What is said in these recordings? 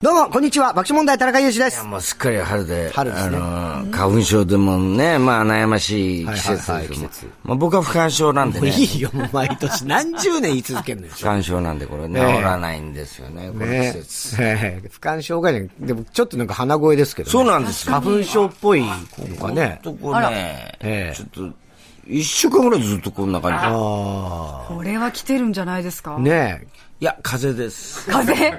どうも、こんにちは。爆笑問題田中裕二でいやす。もうすっかり春で、春ですねあの、花粉症でもね、まあ悩ましい季節ですはいはいはいけど季も、節まあ僕は不感症なんでね、いいよ、もう毎年。何十年言い続けるの よ。不感症なんでこれ治らないんですよね、この季節。ええ不感障害じゃなくでもちょっとなんか鼻声ですけど、ね。そうなんですよ花粉症っぽいのかね。ちょっとこうね、ええちょっと、一週間ぐらいずっとこんな感じ。これは来てるんじゃないですか、ねいや、風邪です。風、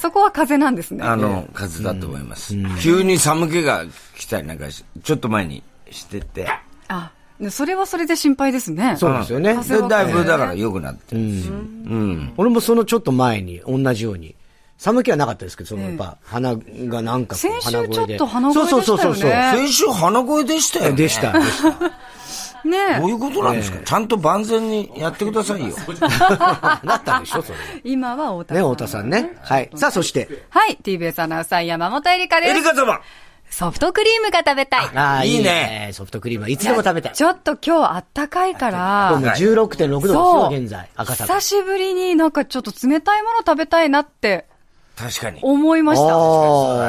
そこは風なんですね。あの、風邪だと思います。急に寒気が来たりなんかし、ちょっと前にしてて、あ、でそれはそれで心配ですね。そうですよね。風で、邪だいぶだから良くなってるんですよ。俺もそのちょっと前に同じように。寒気はなかったですけど、そのやっぱ鼻がなんかこう先週鼻声で。ちょっと鼻声でしたよねそうそうそうそう。ええ先週鼻声でしたよ、ね。でした。で したねえどういうことなんですか、ちゃんと万全にやってく ださいよ。なったでしょ、それ。今は太田ね、さん。太田さんね。はい。さあ、そして。はい、TBS アナウンサー山本エリカです。カ様ソフトクリームが食べたい。ああ、いいねいいね。ソフトクリームはいつでも食べたい。ちょっと今日あったかいか今ら、日も16.6度ですよ、現在。赤坂久。しぶりになんかちょっと冷たいもの食べたいなって確かに。思いました。ああ、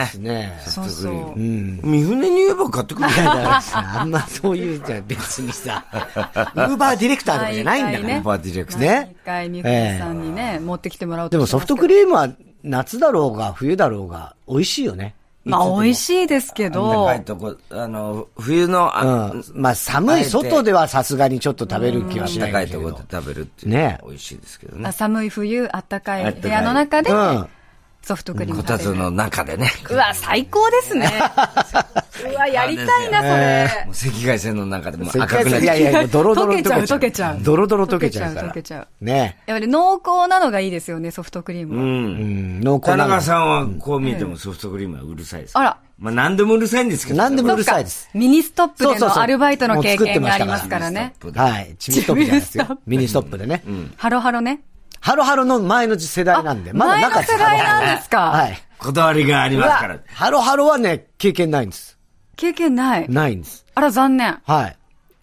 いいですね。そうそう。三船に言えば買ってくるいやだからさあんまそういうじゃ別にさ、ウーバーディレクターとかじゃないんだか毎ら回オ。ーバーディレクター。ね一。回、ニフさんにね、持ってきてもらうでもソフトクリーリームは夏だろうが冬だろうが美味しいよね。まあ、美味しいしいですけど高、いとこ、あの、冬の、つであも。うん。まあ寒い外ではさすがにちょっと食べる気はしないん高だいけとど。こで食べるっていうのはね美味しいですけどあね。寒い冬、あったかあいったかい部屋の中でうん、ソフトクリームこ食べたるつの中でね。うわ、最高ですね。うわ、やりたいな、それもう。赤外線の中でもせっか赤くくなっいちゃやういや、ドロドロ溶けちゃう溶けちゃうドロドロ溶けちゃうから。溶けちゃう溶けちゃねやっぱり濃厚なのがいいですよね、ソフトクリームは。うん、濃厚田な中の。さんはこう見えてもソフトクリームはうるさいです。あら。まあ何でもうるさいんですけど。何でもうるさいでそすっ。かミニストップそうでそうのそうアルバイトの経もう作って験まがしたありからますからね。はい。チミストップじゃないですチミストッよ。ミニストップでね。ハロハロね。ハロハロの前の世代なんで、あまだなかった前の世代なんですかはい。こだわりがありますから。ハロハロはね、経験ないんです。経験ない。ないんです。あら、残念。はい。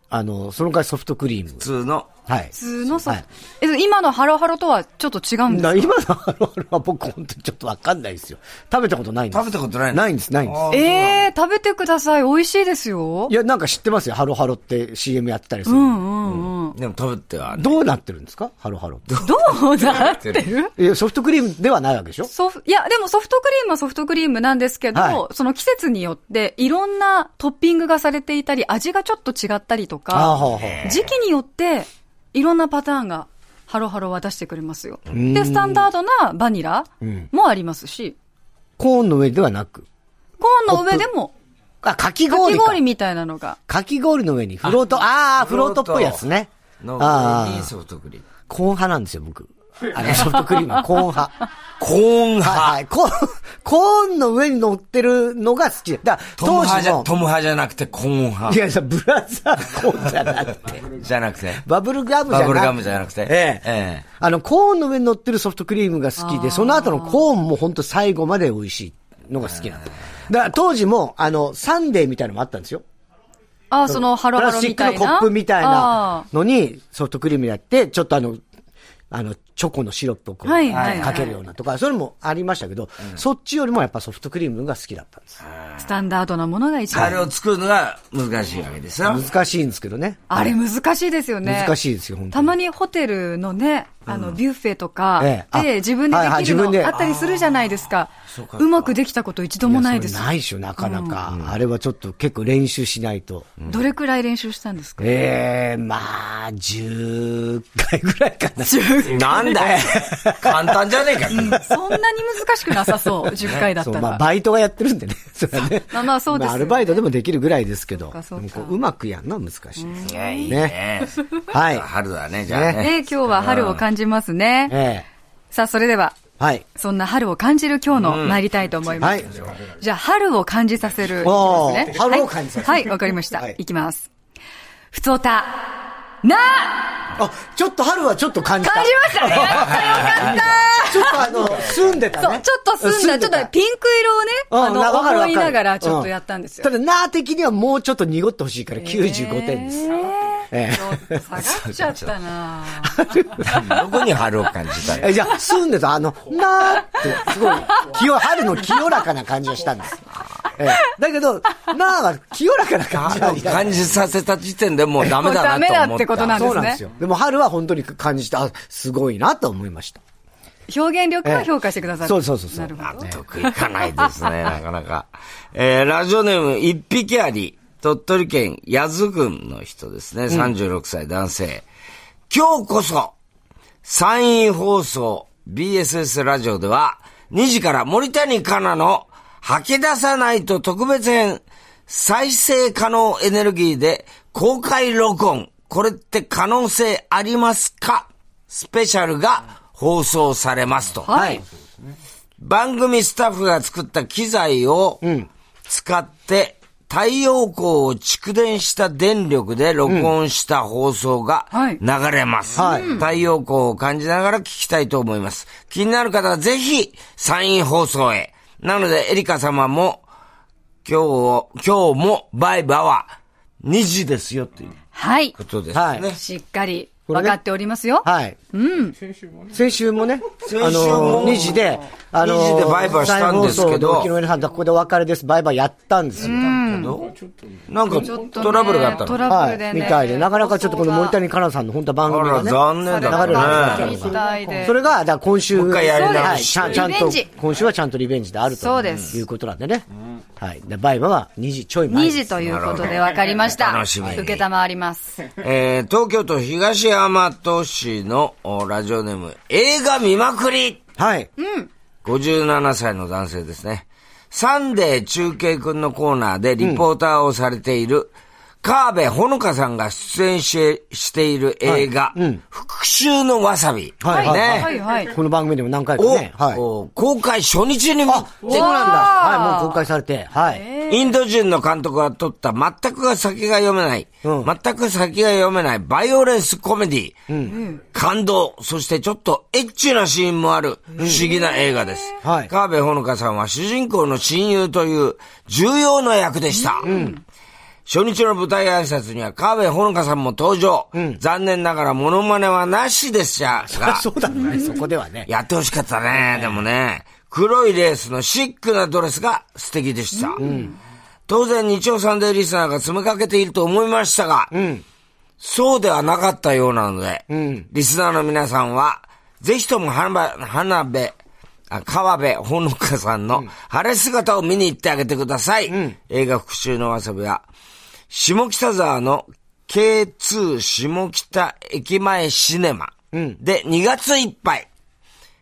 あの、その代わりソフトクリーム普。通の。はい。普通のソフはいト。え、今のハロハロとはちょっと違うんですなか今のハロハロは僕本当にちょっとわかんないですよ。食べたことないんです。食べたことないのないんです、ないんです。あええー、食べてください。美味しいですよい。や、なんか知ってますよ。ハロハロって CM やってたりする。うんうんうん。 でも食べてはね。どうなってるんですかハロハロって。どうなってるいやソフトクリームではないわけでしょソフ、いや、でもソフトクリームはソフトクリームなんですけど、はその季節によって、いろんなトッピングがされていたり、味がちょっと違ったりとああ、か、ほうほう。時期によって、いろんなパターンが、ハロハロは出してくれますよ。で、スタンダードなバニラもありますし、コーンの上ではなく。コーンの上でも、あ、かきか氷きか。氷みたいなのが、かき氷の上にフロート、ああー、フロートっぽいやつね。のあーいいソフトクリーム。コーン派なんですよ、僕。あの、ソフトクリームはコーン派。コーン派。はいはい。コーン、コーンの上に乗ってるのが好きだ。だから、トム当派時じゃ、の、トム派じゃなくてコーンい派。やいや、ブラザーコーンじゃなくて。じゃなくて。バブルガムじゃなくて。バブルガムじゃなくてええ。ええあの、コーンの上に乗ってるソフトクリームが好きで、その後のコーンも本当最後まで美味しいのが好きなの。だから当時も、あの、サンデーみたいなのもあったんですよ。ああ、そのハロハロみたプラスいな。チックのコップみたいああなのに、ソフトクリームやって、ちょっとあの、あの、チョコのシロップをこう、はいはいはいかけるようなとか、それもありましたけど、そっちよりもやっぱソフトクリームが好きだったんです。スタンダードなものが一あれ番。を作るのが難しいわけですよ。難しいんですけどね。あれ難しいですよね。難しいですよ、本当たまにホテルのね、あの、ビュッフェとかええ、あで、自分ではいはいできる自分でのあったりするじゃないですか。うまくできたこと一度もないですや。それないでしょ、なかなか。あれはちょっと結構練習しないと。どれくらい練習したんですかええまあ、10回ぐらい かな。 なんだよ。簡単じゃねえか。そんなに難しくなさそう、10回だ っそう、たまあ、ら。バイトがやってるんでね。 それはねまあまあそうですよねアルバイトでもできるぐらいですけど。かそうかでもこううまくやんのは難しいですね。いや、いいね。はい。春だね、じゃあね。ね、今日は春を感じますね。ええさあ、それでは、はい。そんな春を感じる今日の参りたいと思いまはすい。。じゃあ、春を感じさせる。おーいきますね春を感じさせるはい、はいわかりましたはい。いきます。ふつおた、なああ、ちょっと春はちょっと感じた。感じ ましたねやったよかったちょっとあの、澄んでたそう、ね。ちょっと澄んだ、ちょっとピンク色をね、あの、思いながらちょっとやったんですよ。ただ、なー的にはもうちょっと濁ってほしいから95点です。ええちょっと下がっちゃったなどこに春を感じたえ、じゃあ、住んでた、あの、なーって、すごい、清、春の清らかな感じがしたんです。ええ、だけど、なーは清らかな感じ春なんをで感じさせた時点でもうダメだなと思った。もうダメだってことなんそうなんですよ。でも、春は本当に感じて、あ、すごいなと思いました。表現力を評価してくだえさい。えそうそうそうそうなるほど。得いかないです ね、なかなか。えー、ラジオネーム一匹あり、鳥取県八頭郡の人ですね、36歳男性。今日こそ、山陰放送 BSS ラジオでは、2時から森谷香奈の吐き出さないと特別編、再生可能エネルギーで公開録音、これって可能性ありますかスペシャルが放送されますと。はい。番組スタッフが作った機材を使って、太陽光を蓄電した電力で録音した放送がはい流れます。はい太陽光を感じながら聞きたいと思います。気になる方はぜひ、山陰放送へ。なので、エリカ様も、今日を、今日も、バイバは、2時ですよ、というはいこ。とですね。はいしっかりこれ分ねかっておりますよ。はい。うん。先週もね。先週もね、あ先週もの、2時で、あの、 2時でバイバイしたんですけ再放ど送同期のエレハントはここでお別れです、バイバイやったんですよ。なんか、トラブルがあったトの。ラブルでね。みたいで、なかなかちょっとこの森谷香奈さんの本当は番組がね。あら残念だったね流れるみたいでそ。れが、だから今週、もう一回やりは直い、しちゃんちゃんリベとンジ、今週はちゃんとリベンジであるとそうですいうことなんでね。はい。で、バイバイは2時ちょい前。 2時ということで分かりました。楽しみに受けたまわります。えー東京都東大和市のおラジオネーム、映画見まくりはい。 !57 歳の男性ですね。サンデー中継くんのコーナーでリポーターをされている、河辺ほのかさんが出演ししている映画、復讐のわさび。はいね。はいはい。この番組でも何回かを、ね。はい。そうお公開初日になん見てだ。はい、もう公開されて。はい。インド人の監督が撮った全くが先が読めない、うん全く先が読めないバイオレンスコメディ、感動、そしてちょっとエッチなシーンもある不思議な映画です。はい河辺ほのかさんは主人公の親友という重要な役でした。初日の舞台挨拶には河辺ほのかさんも登場。残念ながらモノマネはなしでしたが、 そうだね、そこではね。やってほしかったね、でもね。黒いレースのシックなドレスが素敵でした。当然、日曜サンデーリスナーが詰めかけていると思いましたが、そうではなかったようなので、リスナーの皆さんは、ぜひとも花辺、花辺、あ川辺ほのかさんの晴れ姿を見に行ってあげてください。映画復讐のわさびは、下北沢の K2 下北駅前シネマで2月いっぱい、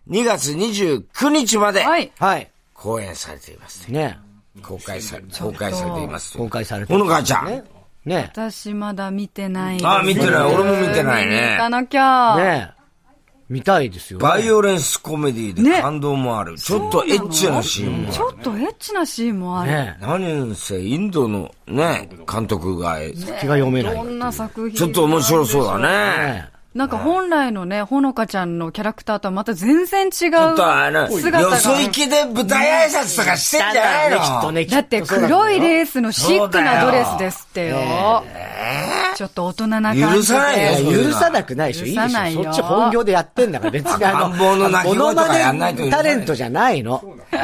2月29日まではい。はい。公演されています。ね公開され、公開されています。公開されてほのかちゃん。ね私まだ見てないです。あ見てない。俺も見てない見に行ねか。なきゃ。ね見たいですよ、ね。バイオレンスコメディで感動もある。ちょっとエッチなシーンもあちる。ょっとエッチなシーンもある。ね何せ、インドのね、監督が、気が読めないど。んな作品ちょっと面白そうだね。ねなんか本来のね、ほのかちゃんのキャラクターとはまた全然違うちょっとあ姿がの、。よそ行きで舞台挨拶とかしてんじゃないのきっとね、だって黒いレースのシックなドレスですってよ。ちょっと大人な感じで。許さないよいや許さなくないでしょ。いいで許さないしょ。よそっち本業でやってんだから、別にあの、赤ん坊の泣き声とかやんないとモノマネタレントじゃないの。ええ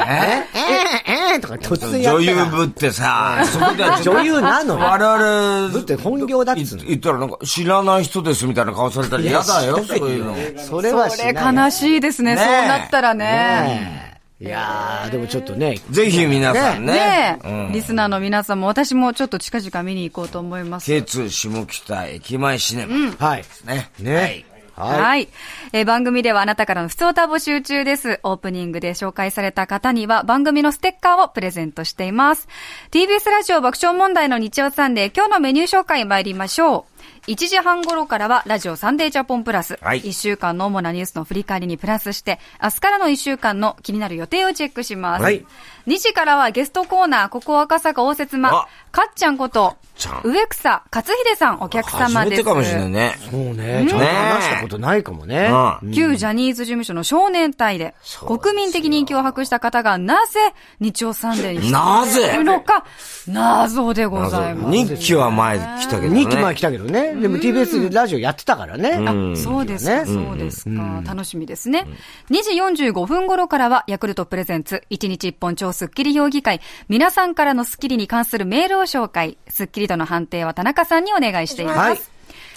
ええとか突然やっ女て優ぶってさ、そこではちょっと女優なのよ我々、ぶって本業だっつうのい言ったらなんか、知らない人ですみたいな顔されたら嫌だよ、そういうの。それはしそなれい。悲しいですね。ねそうなったらね。いやー、でもちょっとね、ぜひ皆さんねね。え、リスナーの皆さんも私もちょっと近々見に行こうと思います。 K2 下北駅前シネマ。はい。ね。ね。はい、はい。えー番組ではあなたからの普通歌募集中です。オープニングで紹介された方には番組のステッカーをプレゼントしています。TBS ラジオ爆笑問題の日曜サンデー、今日のメニュー紹介参りましょう。1時半頃からはラジオサンデージャポンプラス。はい1週間の主なニュースの振り返りにプラスして、明日からの1週間の気になる予定をチェックします。はい2時からはゲストコーナー、ここ赤坂応接間あ、かっちゃんことちゃん、植草勝秀さんお客初様めです。てかもしれないね。もうね、ちゃんと話したことないかもね。うん。旧ジャニーズ事務所の少年隊で、国民的人気を博した方がなぜ日曜サンデーにな出ぜるのか、謎でございます。日記は前来たけどね。 2期前来たけどね。でも TBS ラジオやってたからね。あそうですねか、そうですか。楽しみですね。2時45分頃からは、ヤクルトプレゼンツ、1日1本超スッキリ評議会、皆さんからのスッキリに関するメールを紹介、スッキリとの判定は田中さんにお願いしています。はい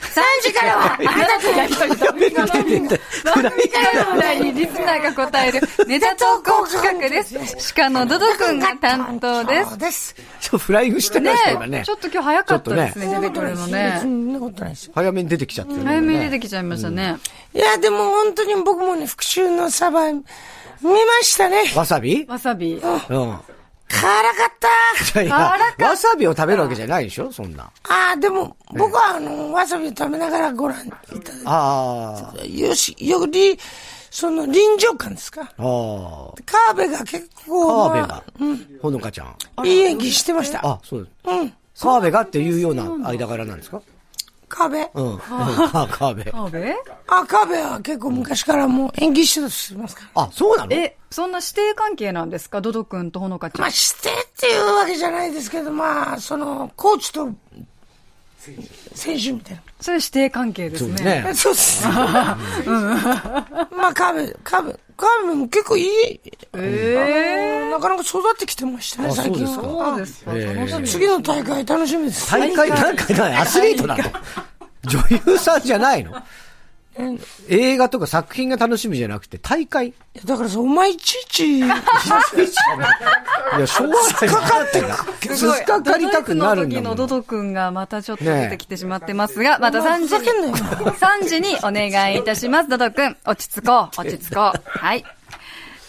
3時からは、あなたとやりとりと、番組からのお題にリスナーが答える、ネタ投稿企画です。鹿のドド君が担当です。です。ちょっとフライングしてました、今ねねえ、ち。ょっと今日早かったですね、出てくるのそね。んなことないですよ。早めに出てきちゃってる、早めに出てきちゃいましたね。いや、でも本当に僕もね、復讐のサバ、見ましたね。わさびわさび。うん。辛かった。いやいやあらかわさびを食べるわけじゃないでしょそんな。ああ、でも、僕はあの、わさびを食べながらご覧いただああ。いて、よし、より、その臨場感ですか。ああ。河辺が結構、河辺まが、ほのかちゃん。あ、いい演技してました。あ、そうです。うん。河辺がっていうような間柄なんですか河辺。うん。うん あ河辺。あべあ、河辺は結構昔からもう演技指導してますから。あ、そうなのえ、そんな師弟関係なんですかドド君とほのかちゃまん。あ、してっていうわけじゃないですけど、まあ、その、コーチと、選手みたいそれ師弟関係ですそうね。ねな。。そうっす。まあ、河辺、河辺、河辺も結構いい、えなかなか育ってきてましたね、あ最近そうは。ですかそうですか。楽しみ次の大会楽しみです。大会なんかない。アスリートなの。女優さんじゃないの。映画とか作品が楽しみじゃなくて、大会。いいやだからさ、お前いちいち、や、昭和かかってか。すごい突っかかりたくなるんだドド君ものんド。ド君がまたちょっと出てきてしまってますが、またふ3時ざけんなよに、3時にお願いいたします。ドド君、落ち着こう、落ち着こう。はい。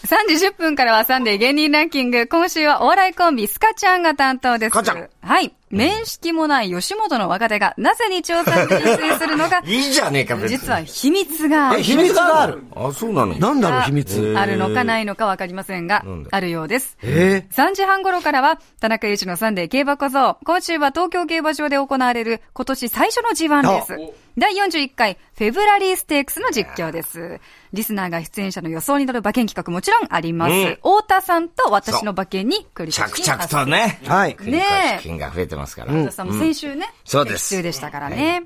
3時10分からはサンデー芸人ランキング。今週はお笑いコンビ、スカちゃんが担当です。スカちゃん、はい。面識もない吉本の若手が、なぜ日曜サンデーに出演するのか いいじゃねえか、別に。実は秘密がある。秘密がある。あ、そうなのなんだろう、秘密。あるのかないのかわかりませんが、あるようです。え3時半頃からは、田中裕一のサンデー競馬小僧。今週は東京競馬場で行われる今年最初の G1 レース。第41回フェブラリーステークスの実況です。リスナーが出演者の予想に乗る馬券企画もちろんあります。うん太田さんと私の馬券に繰り返着し。々と。ね。はい。ねえ金が増えてますから。太田さんも先週ね。そうです先週でしたからね。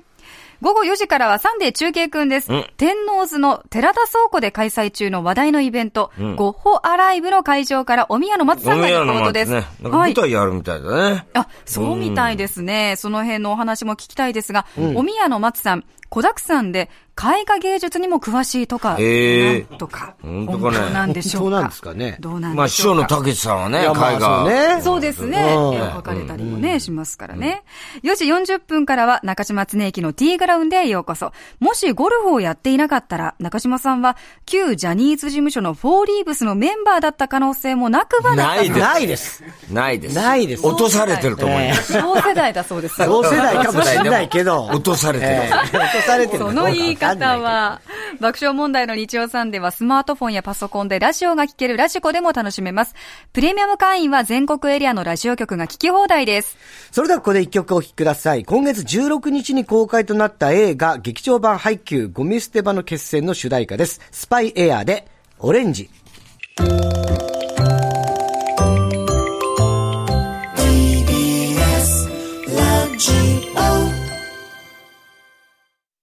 午後4時からはサンデー中継くんです。天王洲の寺田倉庫で開催中の話題のイベント、ゴッホアライブの会場からお宮の松さ飲んがみリ屋ポのート前で。ですね。なんか舞台やるみたいだね。あ、そうみたいですね。その辺のお話も聞きたいですが、お宮の松さん、子沢山で絵画芸術にも詳しいとか、へえなんとか、本本当当かねなんでしょ本うか。当なんですかねどうなんまあ、で師し匠ょのうか。たけしさんはね、い絵やまあ画。そうねそうですね。絵うんを描かれたりもね、しますからね。4時40分からは中島恒駅の T グラウンドへようこそ。もしゴルフをやっていなかったら、中島さんは旧ジャニーズ事務所のフォーリーブスのメンバーだった可能性もなくばなかっないです。ないです。ないです。ないです落とされてると思います。た。同世代だそうですよ。同世代かもしれないけど。落とされてる。えー落とされてるその言い方。は、爆笑問題の日曜さんではスマートフォンやパソコンでラジオが聴けるラジコでも楽しめます。プレミアム会員は全国エリアのラジオ局が聴き放題です。それではここで一曲お聴きください。今月16日に公開となった映画、劇場版配給ゴミ捨て場の決戦の主題歌です。スパイエアーで、オレンジ。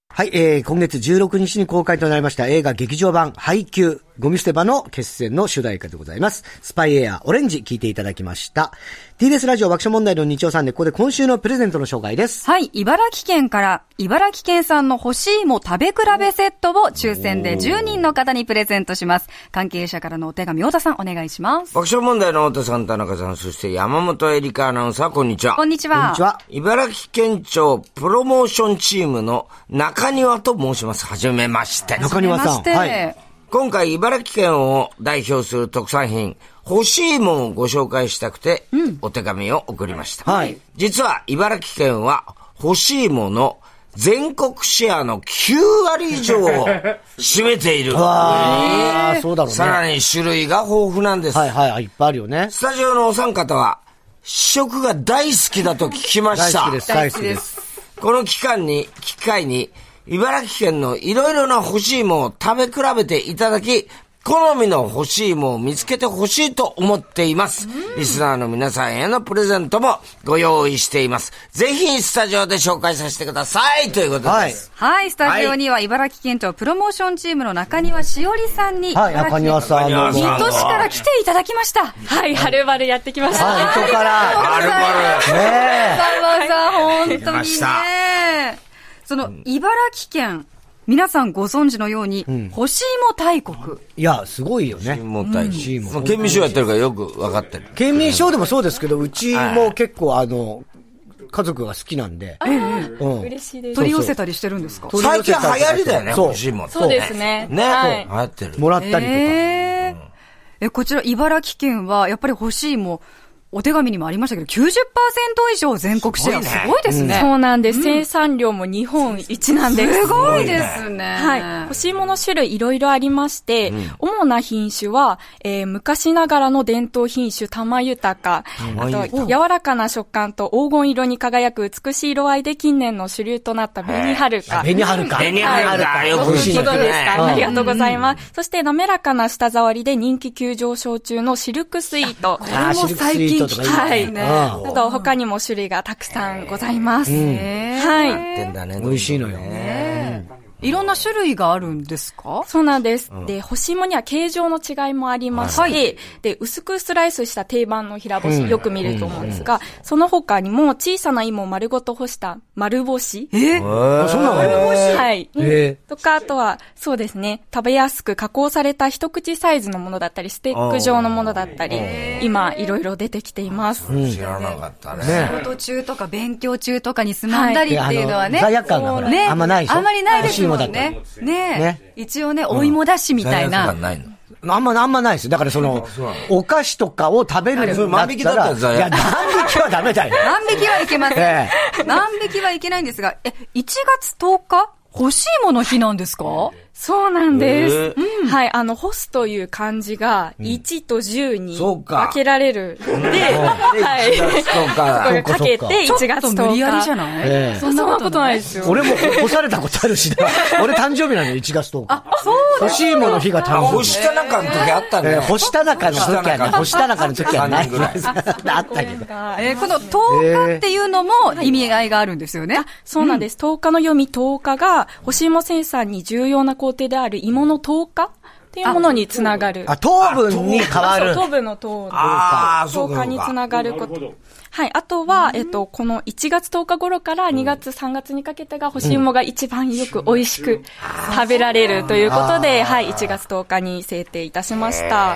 はい、えー、今月16日に公開となりました映画劇場版配給ゴミ捨て場の決戦の主題歌でございます。スパイエアオレンジ聞いていただきました。TBS ラジオ爆笑問題の日曜さんでここで今週のプレゼントの紹介です。はい、茨城県から、茨城県産の欲しいも食べ比べセットを抽選で10人の方にプレゼントします。関係者からのお手紙、太田さんお願いします。爆笑問題の太田さん、田中さん、そして山本エリカアナウンサー、こんにちは。こんにちは。こんにちは。茨城県庁プロモーションチームの中庭と申します。はじめまして。中はじめまし中て。庭さんはい今回、茨城県を代表する特産品、欲しいもんをご紹介したくて、お手紙を送りました。はい実は、茨城県は、欲しいもの、全国シェアの9割以上を占めてい る。あー、そうだろうさね。らに種類が豊富なんです。はいはいはい、いっぱいあるよね。スタジオのお三方は、試食が大好きだと聞きまし大た。好きです、大好きです。この期間に、機会に、茨城県のいろいろな欲しいものを食べ比べていただき、好みの欲しいものを見つけてほしいと思っています。リスナーの皆さんへのプレゼントもご用意しています。ぜひスタジオで紹介させてくださいということはでい。す。はい、スタジオには茨城県庁プロモーションチームの中庭しおりさんに、はい、中庭さんの。中庭さ水ん戸市から来ていただきました。はい、はるばるやってきました。はい、水戸から。あるある。ねわざわざ、本出当まにしたね。その、茨城県、皆さんご存知のように、干し芋大国。え。いや、すごいよね。もう大事。うんもう県民賞やってるからよく分かってる。県民賞でもそうですけど、うちも結構あの、家族が好きなんで。うん。嬉しいです。取り寄せたりしてるんですか最近流行りだよね、そう欲しいもん。そうですね。ね、はい流行ってる。もらったりとか。えーえ、こちら茨城県は、やっぱり干し芋、お手紙にもありましたけど、90%以上全国シェア。すすごいねごいですね。そうなんです。生産量も日本一なんです。すごいですね。はい。は欲しいもの種類いろいろありまして、主な品種は、えー昔ながらの伝統品種、玉豊。あ玉と、柔らかな食感と黄金色に輝く美しい色合いで近年の主流となった紅はるか。紅はるか。紅はるかよごく存知知ってでるすかうんありがとうございます。そして、滑らかな舌触りで人気急上昇中のシルクスイート。あーこれも最近聞きまはい。すね。うなど、他にも種類がたくさんございます。えーはい。ってんだね。美味しいのよどんどんね。いろんな種類があるんですかそうなんです。で、干し芋には形状の違いもありまして、で、薄くスライスした定番の平干し、よく見ると思うんですが、その他にも小さな芋を丸ごと干した丸干し。えあ、そうなのはい。えとか、あとは、そうですね、食べやすく加工された一口サイズのものだったり、ステック状のものだったり、今、いろいろ出てきています。知らなかったね。ね仕事中とか勉強中とかにつまんだりっていうのはね。いやあの罪悪感がほらねあんまないでしょあんまりないです欲しいもんもね。ねね一応ね、お芋だしみたい罪な。悪感ないの。あんま、あんまないですよ。だからその、お菓子とかを食べるんだったら。万引きだったら罪いや、悪万引きはダメだよ。何匹はいけません。え何匹はいけないんですが、え、1月10日欲しいもの日なんですかそうなんでへす。はい、あの、干すという漢字が、1と10にそうか分けられる。で、はい。そうか。ここかけてそ1ちょ月っと10無理日。やりじゃない、ええそんなことないですよ。俺も干されたことあるしな。俺誕生日なのよ、1月10日。そう欲しいもの日があ、誕生干日。した中の時あったえねー、。星田中の時はね、星星田中の時はない。三人ぐらいあったけど。えーこの10日っていうのも意味合いがあるんですよね。そうなんです。10日の読み10日が、干し芋生産に重要な工程である芋の10日っていうものにつながる。あ、糖分に変わそうる。頭部の糖ああ、そう10か日そうにつか。ながること。はい。あとは、えっと、この1月10日頃から2月、3月にかけてが干し芋が一番よく美味しく食べられるということで、はい、1月10日に制定いたしました。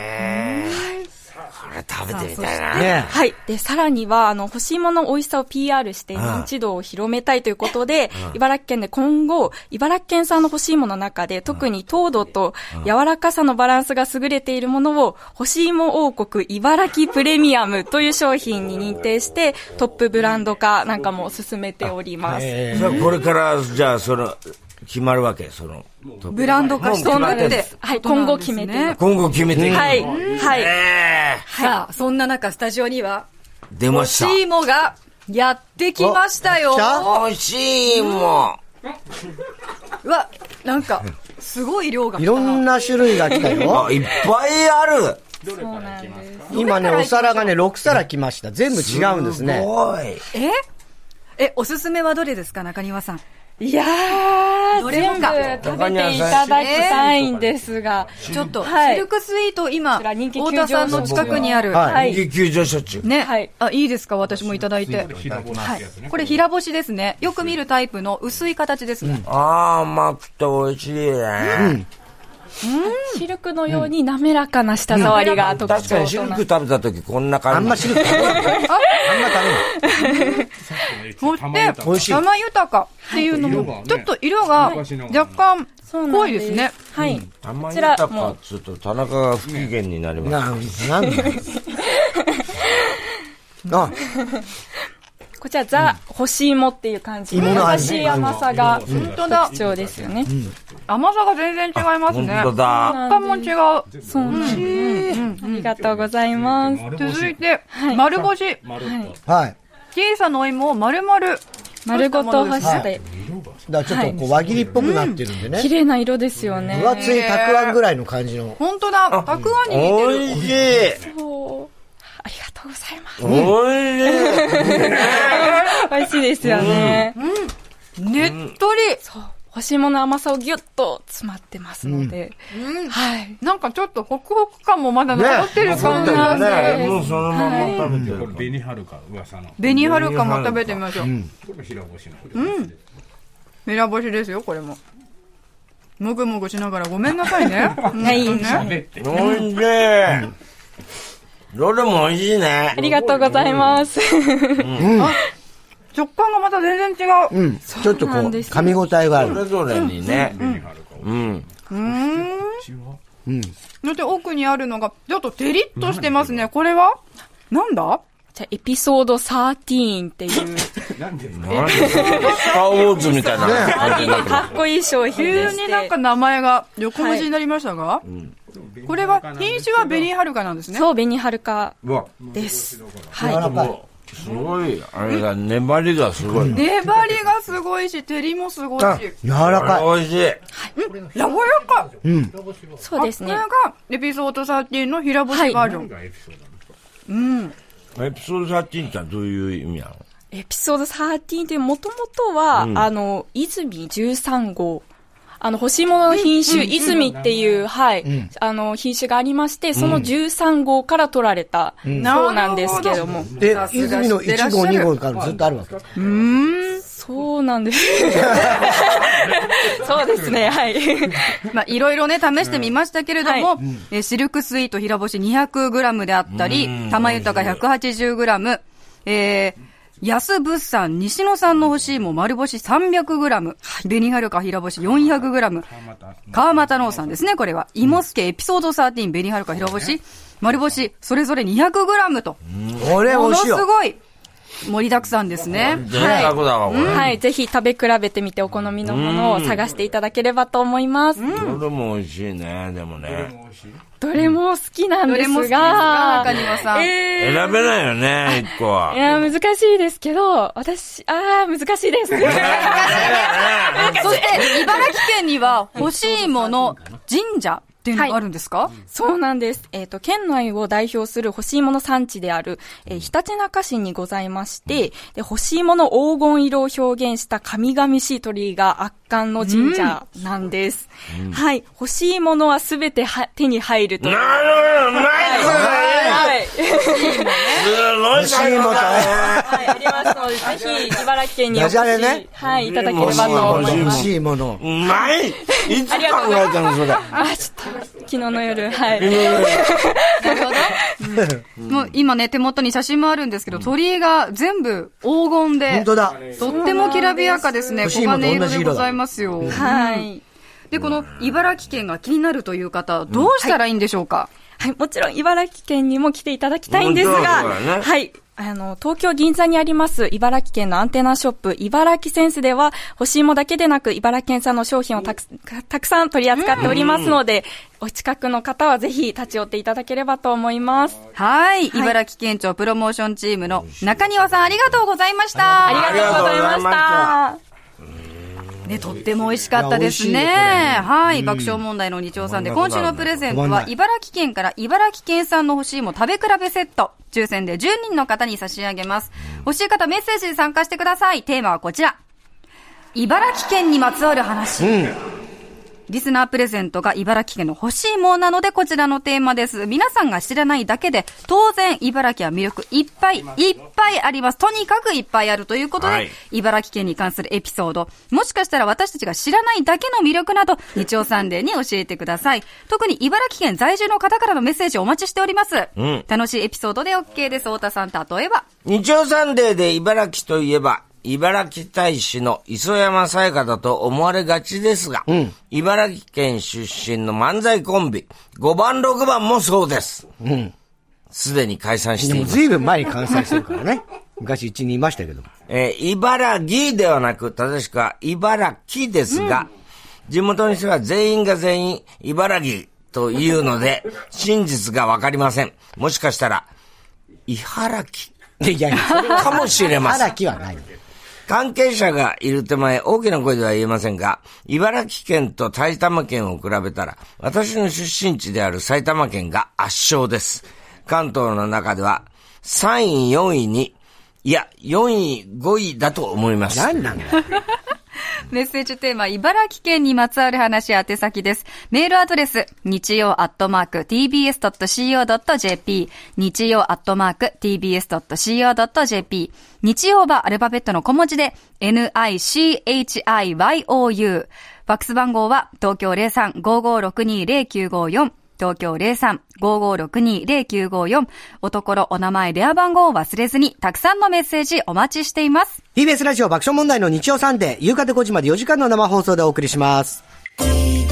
これ食べてみたいな。ねはい。で、さらには、あの、干し芋の美味しさを PR して認知度を広めたいということで、茨城県で今後、茨城県産の干し芋の中で、特に糖度と柔らかさのバランスが優れているものを、干し芋王国茨城プレミアムという商品に認定して、トップブランド化なんかも進めております。えさあこれから、じゃあ、その、決まるわけ、その、ブランド化してもいう決まっってんてで。はい、今後決めていきます。今後決めていくのはい、ねはい。えさあ、そんな中、スタジオには、出ま欲し。したいもがやってきましたよお。来欲しいもうわ、なんか、すごい量がーいろんな種類が来たん。よあ、。いっぱいある。今ね、お皿がね、6皿来ました。全部違うんですすね。ごい。ええ、おすすめはどれですか、中庭さん。いやー、どれも全部か食べていただきたいんですが、ちょっと、はいシルクスイート、今、こちら人気急太上昇田さんの近くにある。はいはい。緊急上昇中。ね、はいあ、いいですか私もいただいて。はい。これ平干しですね。よく見るタイプの薄い形ですね。ああ、甘くて美味しいね。シルクのように滑らかな舌触りが特確徴かにシとルなク食べた時こんな感じ。あんま知る。あんま食べない。ほって、美味しい生豊かっていうのも、ちょっと色が若干濃いですね。はい。玉こちら豊かもっつうと田中が不機嫌になります。なん、なんだよあ、う、こちらザ・干し芋っていう感じ。芋の優味しい甘さが本当だ特。徴ですよね。甘さが全然違います本ね。当だ。食感も違う。そうなんですうんありがとうございます。続いて、丸干し。はい。小さなお芋を丸々。丸ごと干はしいて。だからちょっとこう輪切りっぽくなってるんでね綺。麗な色ですよね分。厚いたくあんぐらいの感じの。本当だ、たくあんに似ておる。いしい。そうありがとうございます。おいしい。美味しいですよね。ねっとり。そう。干し芋の甘さをギュッと詰まってますので。はい。なんかちょっとホクホク感もまだ残ってる感じがする。ね、もうそのまま食べてこる。れ紅はるか噂のベニハルカも食べてみましょう。これ平干しのうんミラボシですよ、これも。もぐもぐしながらごめんなさいね。い本当ね。おいしい。どれもおいしいねあ。りがとうございます。食感がまた全然違う。うん。ちょっとこう、そうなんですよ噛み応えがあそる。れぞれにね。うん。そして奥にあるのが、ちょっとテリッとしてますね。これはなんだ じゃあエピソード13っていう、なんでなんでスターウォーズみたいな感じになってる。かっこいい商品で急しにて。なんか名前が横文字になりましたが、これは品種はベニーハルカなんですね。そう、紅はるかうわ、です。柔らはかい。すごい。あれが、粘りがすごい。粘りがすごいし、照りもすごいあし、柔らかい。おいしい。柔らかい。い。そうですこ。ねれがエピソード13の平干しバージョン。エピソード13ってのはどういう意味なのエピソード13という、もともとは、あの、泉13号。あの、星物の品種、泉っていう、はい、あの、品種がありまして、その13号から取られた、そうなんですけども。でさ、すが泉知っのてら1っし号、ゃる2号からずっとあるわけ。そうなんです。そうですね、はい。まあ、いろいろね、試してみましたけれども、えーシルクスイート平干し 200g であったり、玉豊が 180g、えー、安物産、西野産の干し芋、丸干し 300g、紅はるか平干し 400g、川俣農産ですね、これは。芋助エピソード13、紅はるか平干し、丸干し、それぞれ 200g と。これ美もの味しいすよ。ごい盛りだくさんですね。贅沢だわ、これ。はい、ぜひ食べ比べてみてお好みのものを探していただければと思います。どれも美味しいね、でもね。どれも好きなんどでれすも好きですが、が、中庭さん。えー選べないよね、一個は。いや、難しいですけど、私、あー、難しいです。そして、茨城県には、欲しいもの神社っていうのがあるんですか、そうなんです。えっ、と、県内を代表する干し芋の産地である、えーひたちなか市にございまして、で、干し芋の黄金色を表現した神々しい鳥居が圧巻の神社なんです。はい。干し芋のはすべては手に入ると。なるはほど、ナイい。スすごい才能だねはい、ありますので、ぜひ、茨城県にお越しダジャレねはい、いただければと思い美ま味す。しいものう。 まいいつ考えたの、それ。あ、ちょっと、昨日の夜、 はい。なるほど。 もう今ね、手元に写真もあるんですけど、鳥居が全部黄金で。本当だ。とってもきらびやかですね。欲し黄いもの金色同じで色だございますよ。はい。で、この茨城県が気になるという方、どうしたらいいんでしょうか、はい、もちろん茨城県にも来ていただきたいんですが、もちろんそうだねはい。あの、東京銀座にあります茨城県のアンテナショップ、茨城センスでは、干し芋だけでなく、茨城県産の商品をたくたくさん取り扱っておりますので、お近くの方はぜひ立ち寄っていただければと思います。はい。茨城県庁プロモーションチームの中庭さん、ありがとうございました。ありがとうございあまりがとうございし。ましたね、とっても美味しかったですね。いや美はい。爆笑問題の日曜さんで、こんなこ今とあるの週のプレゼン止トまんは、ない茨城県から茨城県産の欲しいも食べ比べセット。抽選で10人の方に差し上げます。欲しい方メッセージに参加してください。テーマはこちら。茨城県にまつわる話。リスナープレゼントが茨城県の欲しいものなので、こちらのテーマです。皆さんが知らないだけで、当然、茨城は魅力いっぱい、いっぱいあります。とにかくいっぱいあるということで、はい茨城県に関するエピソード、もしかしたら私たちが知らないだけの魅力など、日曜サンデーに教えてください。特に茨城県在住の方からのメッセージをお待ちしております。ん楽しいエピソードで OK です。太田さん、例えば。日曜サンデーで茨城といえば、茨城大使の磯山さやかだと思われがちですが、茨城県出身の漫才コンビ、5番6番もそうです。すでに解散しでていもます。随分前に完成してるからね。昔うちにいましたけども。えー茨城ではなく、正しくは茨城ですが、地元の人は全員が全員茨城というので、真実がわかりません。もしかしたら、伊原木 いやいや、それはかもしれません茨。城はない。関係者がいる手前、大きな声では言えませんが、茨城県と埼玉県を比べたら、私の出身地である埼玉県が圧勝です。関東の中では、3位、4位に、いや、4位、5位だと思います。何なんだよ メッセージテーマ、茨城県にまつわる話宛先です。メールアドレス、日曜アットマーク tbs.co.jp、日曜アットマーク tbs.co.jp、日曜はアルファベットの小文字で、nichiou、ファックス番号は東京03-5562-0954、東京03-5562-0954、おところお名前、電話番号を忘れずに、たくさんのメッセージお待ちしています。 TBS ラジオ爆笑問題の日曜サンデー、夕方5時まで4時間の生放送でお送りします。 TBS